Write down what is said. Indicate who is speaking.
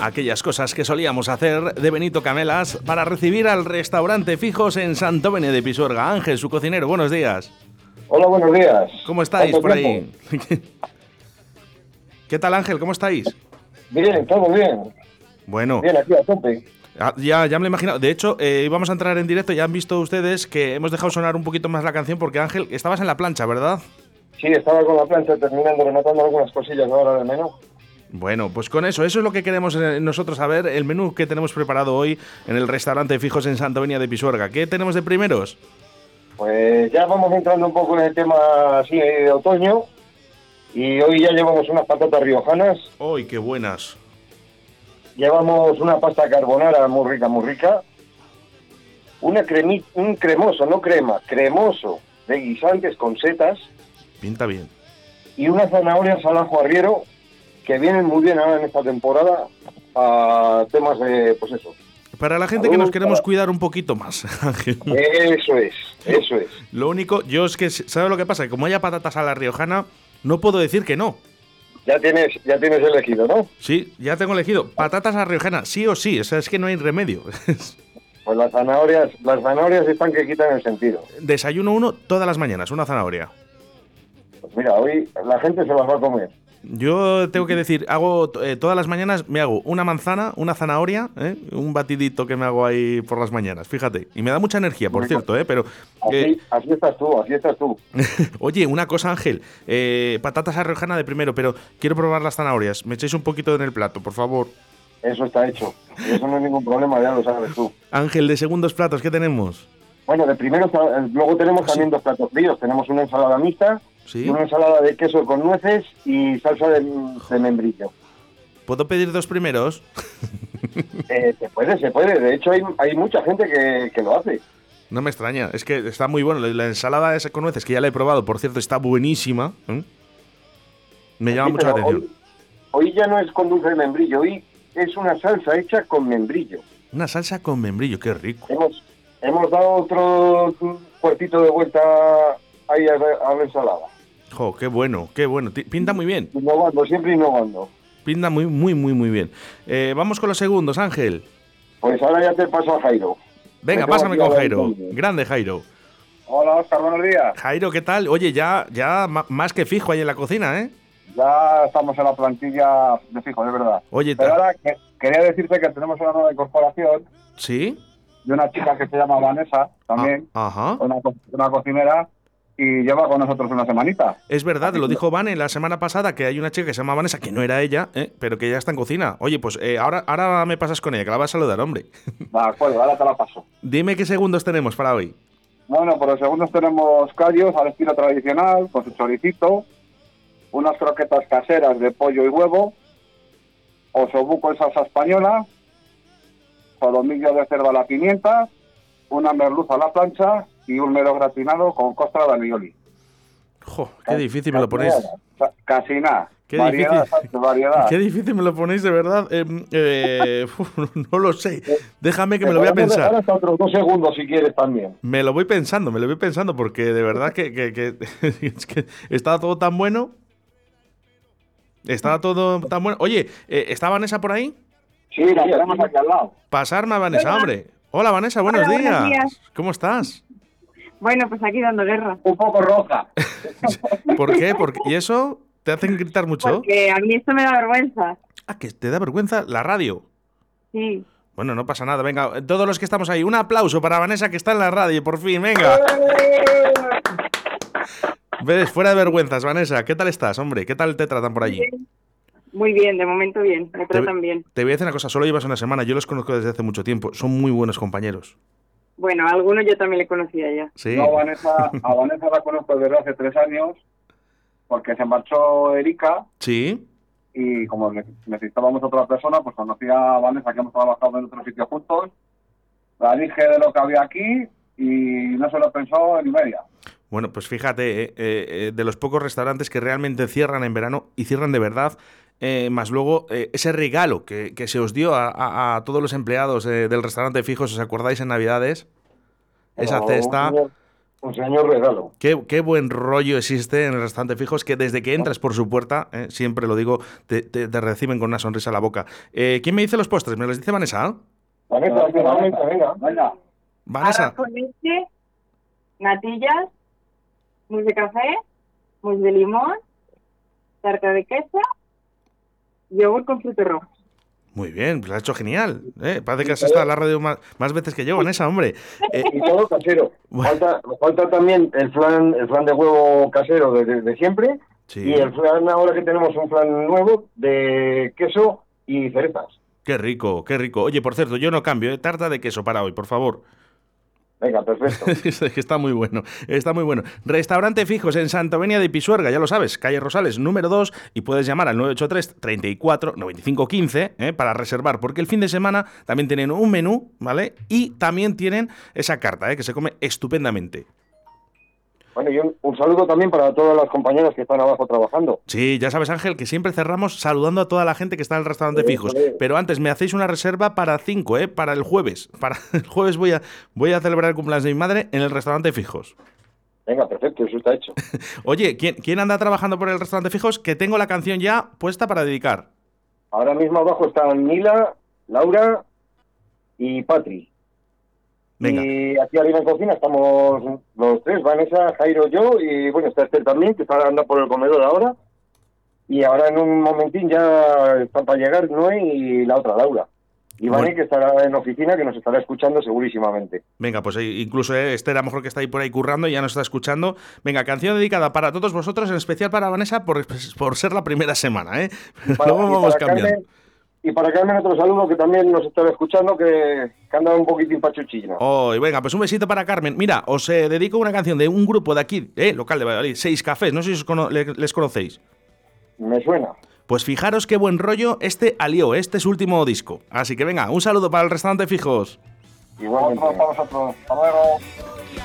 Speaker 1: aquellas cosas que solíamos hacer de Benito Camelas para recibir al restaurante Fijos en Santovene de Pisuerga. Ángel, su cocinero, buenos días.
Speaker 2: Hola, buenos días.
Speaker 1: ¿Cómo estáis por ahí? ¿Qué tal Ángel? ¿Cómo estáis?
Speaker 2: Bien, todo bien.
Speaker 1: Bueno,
Speaker 2: Bien, aquí a tope.
Speaker 1: Ah, Ya, ya me lo he imaginado. De hecho, eh, íbamos a entrar en directo. Ya han visto ustedes que hemos dejado sonar un poquito más la canción porque Ángel, estabas en la plancha, ¿verdad?
Speaker 2: Sí, estaba con la plancha terminando, rematando algunas cosillas ahora de menú.
Speaker 1: Bueno, pues con eso, eso es lo que queremos eh, nosotros saber, el menú que tenemos preparado hoy en el restaurante Fijos en Santa Venia de Pisuerga. ¿Qué tenemos de primeros?
Speaker 2: Pues ya vamos entrando un poco en el tema así de otoño. Y hoy ya llevamos unas patatas riojanas,
Speaker 1: ¡Ay, qué buenas!
Speaker 2: llevamos una pasta carbonara muy rica, muy rica. Una cremi un cremoso, no crema, cremoso de guisantes con setas
Speaker 1: Pinta bien.
Speaker 2: y unas zanahorias al ajo arriero que vienen muy bien ahora en esta temporada a temas de, pues eso,
Speaker 1: Para la gente que nos
Speaker 2: Adulta.
Speaker 1: queremos cuidar un poquito más, Ángel.
Speaker 2: Eso es, eso es.
Speaker 1: Lo único, yo es que, ¿sabes lo que pasa? Que como haya patatas a la riojana, no puedo decir que no.
Speaker 2: Ya tienes, ya tienes elegido, ¿no?
Speaker 1: Sí, ya tengo elegido. Patatas a la riojana, sí o sí. O sea, es que no hay remedio.
Speaker 2: Pues las zanahorias, las zanahorias están que quitan el sentido.
Speaker 1: Desayuno uno todas las mañanas, una zanahoria.
Speaker 2: Pues mira, hoy la gente se las va a comer.
Speaker 1: Yo tengo que decir, hago eh, todas las mañanas me hago una manzana, una zanahoria, ¿eh? un batidito que me hago ahí por las mañanas, fíjate. Y me da mucha energía, por cierto, ¿eh? pero...
Speaker 2: Así,
Speaker 1: eh,
Speaker 2: así estás tú, así estás tú.
Speaker 1: oye, una cosa, Ángel, eh, patatas a riojana de primero, pero quiero probar las zanahorias. Me echáis un poquito en el plato, por favor.
Speaker 2: Eso está hecho. Eso no es ningún problema, ya lo sabes tú.
Speaker 1: Ángel, de segundos platos, ¿qué tenemos?
Speaker 2: Bueno, de primero, eh, luego tenemos también dos platos fríos. Tenemos una ensalada mixta,
Speaker 1: Sí.
Speaker 2: y una ensalada de queso con nueces y salsa de, de membrillo.
Speaker 1: ¿Puedo pedir dos primeros?
Speaker 2: Eh, se puede, se puede. De hecho, hay, hay mucha gente que, que lo hace.
Speaker 1: No me extraña, es que está muy bueno. La ensalada esa con nueces, que ya la he probado, por cierto, está buenísima. ¿eh? Me llama
Speaker 2: Sí,
Speaker 1: mucho la
Speaker 2: pero
Speaker 1: atención.
Speaker 2: Hoy, hoy ya no es con dulce de membrillo, hoy es una salsa hecha con membrillo.
Speaker 1: Una salsa con membrillo, qué rico.
Speaker 2: Hemos, hemos dado otro cuartito de vuelta ahí a, la- a la ensalada.
Speaker 1: Jo, qué bueno, qué bueno. Ti- Pinta muy bien,
Speaker 2: Innovando, siempre innovando.
Speaker 1: pinta muy, muy, muy, muy bien. Eh, vamos con los segundos, Ángel.
Speaker 2: Pues ahora ya te paso a Jairo.
Speaker 1: Venga,
Speaker 2: Venga,
Speaker 1: pásame
Speaker 2: vamos
Speaker 1: con
Speaker 2: a
Speaker 1: Jairo.
Speaker 2: hablar entonces.
Speaker 1: Grande Jairo.
Speaker 3: Hola Oscar, buenos días.
Speaker 1: Jairo, ¿qué tal? Oye, ya, ya ma- más que fijo ahí en la cocina, ¿eh?
Speaker 3: Ya estamos en la plantilla de fijo, de verdad.
Speaker 1: Oye,
Speaker 3: Pero
Speaker 1: ta-
Speaker 3: ahora que- quería decirte que tenemos una nueva incorporación
Speaker 1: ¿sí?
Speaker 3: de una chica que se llama Vanessa, también,
Speaker 1: Ah, ajá.
Speaker 3: una, co- una cocinera, y lleva con nosotros una semanita.
Speaker 1: Es verdad, lo dijo Vane la semana pasada que hay una chica que se llama Vanessa, que no era ella, ¿eh? pero que ya está en cocina. Oye, pues eh, ahora, ahora me pasas con ella, que la vas a saludar, hombre.
Speaker 3: De acuerdo, ahora te la paso.
Speaker 1: Dime qué segundos tenemos para hoy.
Speaker 3: Bueno, por los segundos tenemos callos al estilo tradicional, con su choricito, unas croquetas caseras de pollo y huevo, osobuco en salsa española, solomillo de cerdo a la pimienta, una merluza a la plancha y un mero gratinado con costra de alioli.
Speaker 1: Jo,
Speaker 3: Ah,
Speaker 1: qué difícil me lo ponéis.
Speaker 3: Ca- Casi nada.
Speaker 1: Qué
Speaker 3: variedad,
Speaker 1: difícil.
Speaker 3: Sancho, variedad.
Speaker 1: Qué difícil me lo ponéis, de verdad. Eh, eh, no lo sé.
Speaker 3: Eh,
Speaker 1: Déjame que me lo voy a
Speaker 2: Podemos dejar
Speaker 1: pensar.
Speaker 2: hasta otros dos segundos si quieres también.
Speaker 1: Me lo voy pensando, me lo voy pensando, porque de verdad que, que- que- es que está todo tan bueno. Está todo tan bueno. Oye, eh, ¿está Vanessa por ahí?
Speaker 2: Sí,
Speaker 3: Mira,
Speaker 2: sí,
Speaker 3: tenemos
Speaker 2: aquí.
Speaker 3: aquí al lado.
Speaker 1: Pasarme a Vanessa, hombre. Hola, Vanessa, buenos,
Speaker 4: Hola,
Speaker 1: días.
Speaker 4: buenos días.
Speaker 1: ¿Cómo estás?
Speaker 4: Bueno, pues aquí dando guerra.
Speaker 3: Un poco roja.
Speaker 1: ¿Por qué? ¿Por qué? ¿Y eso te hacen gritar mucho?
Speaker 4: Porque a mí esto me da vergüenza.
Speaker 1: Ah, que te da vergüenza la radio.
Speaker 4: Sí.
Speaker 1: Bueno, no pasa nada. Venga, todos los que estamos ahí, un aplauso para Vanessa que está en la radio, por fin, venga.
Speaker 4: ¡Eh!
Speaker 1: Ves, fuera de vergüenzas, Vanessa. ¿Qué tal estás, hombre? ¿Qué tal te tratan por allí?
Speaker 4: Muy bien, de momento bien.
Speaker 1: Te,
Speaker 4: Me tratan bien.
Speaker 1: te voy a decir una cosa, solo llevas una semana, yo los conozco desde hace mucho tiempo, son muy buenos compañeros.
Speaker 4: Bueno, a algunos yo también le conocía ya.
Speaker 1: Sí.
Speaker 3: Yo a Vanessa, a Vanessa la conozco desde hace tres años, porque se marchó Erika
Speaker 1: Sí.
Speaker 3: y como ne- necesitábamos otra persona, pues conocí a Vanessa, que hemos trabajado en otro sitio juntos, la dije de lo que había aquí y no se lo pensó ni media.
Speaker 1: Bueno, pues fíjate, eh, eh, eh, de los pocos restaurantes que realmente cierran en verano y cierran de verdad, eh, más luego eh, ese regalo que, que se os dio a, a- a todos los empleados eh, del restaurante fijos, ¿os acordáis en Navidades? Esa
Speaker 2: Oh,
Speaker 1: cesta
Speaker 2: señor. un señor regalo.
Speaker 1: Qué, qué buen rollo existe en el restaurante fijo. Es que desde que entras por su puerta, eh, siempre lo digo, te, te- te reciben con una sonrisa a la boca. Eh, ¿Quién me dice los postres? ¿Me los dice Vanessa? ¿eh?
Speaker 2: Vanessa, venga, Vanessa, venga.
Speaker 3: Venga.
Speaker 1: Vanessa.
Speaker 4: Arroz con leche, natillas, mousse de café, mousse de limón, tarta de queso, yogur con frutos rojos.
Speaker 1: Muy bien, pues lo has hecho genial. eh. Parece que has estado en la radio más, más veces que yo, Vanessa, hombre. Eh,
Speaker 2: Y todo casero.
Speaker 1: Bueno.
Speaker 2: Falta, falta también el flan, el flan de huevo casero de, de- de siempre.
Speaker 1: sí,
Speaker 2: Y el flan, ahora que tenemos un flan nuevo de queso y cerezas.
Speaker 1: qué rico, qué rico. Oye, por cierto, yo no cambio, eh, tarta de queso para hoy, por favor.
Speaker 2: Venga, perfecto.
Speaker 1: Es que está muy bueno, está muy bueno. Restaurante Fijos en Santovenia de Pisuerga, ya lo sabes, calle Rosales número 2 y puedes llamar al 983 34 95 15 ¿eh? para reservar, porque el fin de semana también tienen un menú, ¿vale? Y también tienen esa carta, ¿eh? que se come estupendamente.
Speaker 2: Bueno, y un, un saludo también para todas las compañeras que están abajo trabajando.
Speaker 1: Sí, ya sabes Ángel que siempre cerramos saludando a toda la gente que está en el restaurante
Speaker 2: Sí,
Speaker 1: Fijos,
Speaker 2: joder.
Speaker 1: pero antes me hacéis una reserva para 5, ¿eh? Para el jueves, para el jueves voy a voy a celebrar el cumpleaños de mi madre en el restaurante Fijos.
Speaker 2: Venga, perfecto, eso está hecho.
Speaker 1: Oye, ¿quién, quién anda trabajando por el restaurante fijos? Que tengo la canción ya puesta para dedicar.
Speaker 2: Ahora mismo abajo están Mila, Laura y Patri.
Speaker 1: Venga.
Speaker 2: Y aquí arriba en cocina estamos los tres, Vanessa, Jairo, yo y bueno, está Esther también, que está andando por el comedor ahora. Y ahora en un momentín ya están para llegar Noé y la otra Laura. Y Vane,
Speaker 1: Bueno.
Speaker 2: que estará en oficina, que nos estará escuchando segurísimamente.
Speaker 1: Venga, pues eh, incluso eh, Esther, a lo mejor que está ahí por ahí currando y ya nos está escuchando. Venga, canción dedicada para todos vosotros, en especial para Vanessa, por, pues, por ser la primera semana, ¿eh?
Speaker 2: Para-
Speaker 1: Luego
Speaker 2: y
Speaker 1: vamos
Speaker 2: para
Speaker 1: cambiando.
Speaker 2: Carmen- y para Carmen otro saludo que también nos estará escuchando, que, que anda un poquitín pachuchina.
Speaker 1: Oh, y venga, pues un besito para Carmen. Mira, os eh, dedico una canción de un grupo de aquí, eh, local de Valladolid, Seis Cafés, no sé si os cono- le- les conocéis.
Speaker 2: Me suena.
Speaker 1: Pues fijaros qué buen rollo este alió, este es su último disco. Así que venga, un saludo para el restaurante fijos.
Speaker 2: Igualmente.
Speaker 3: Otro para vosotros. Hasta luego.
Speaker 5: Yo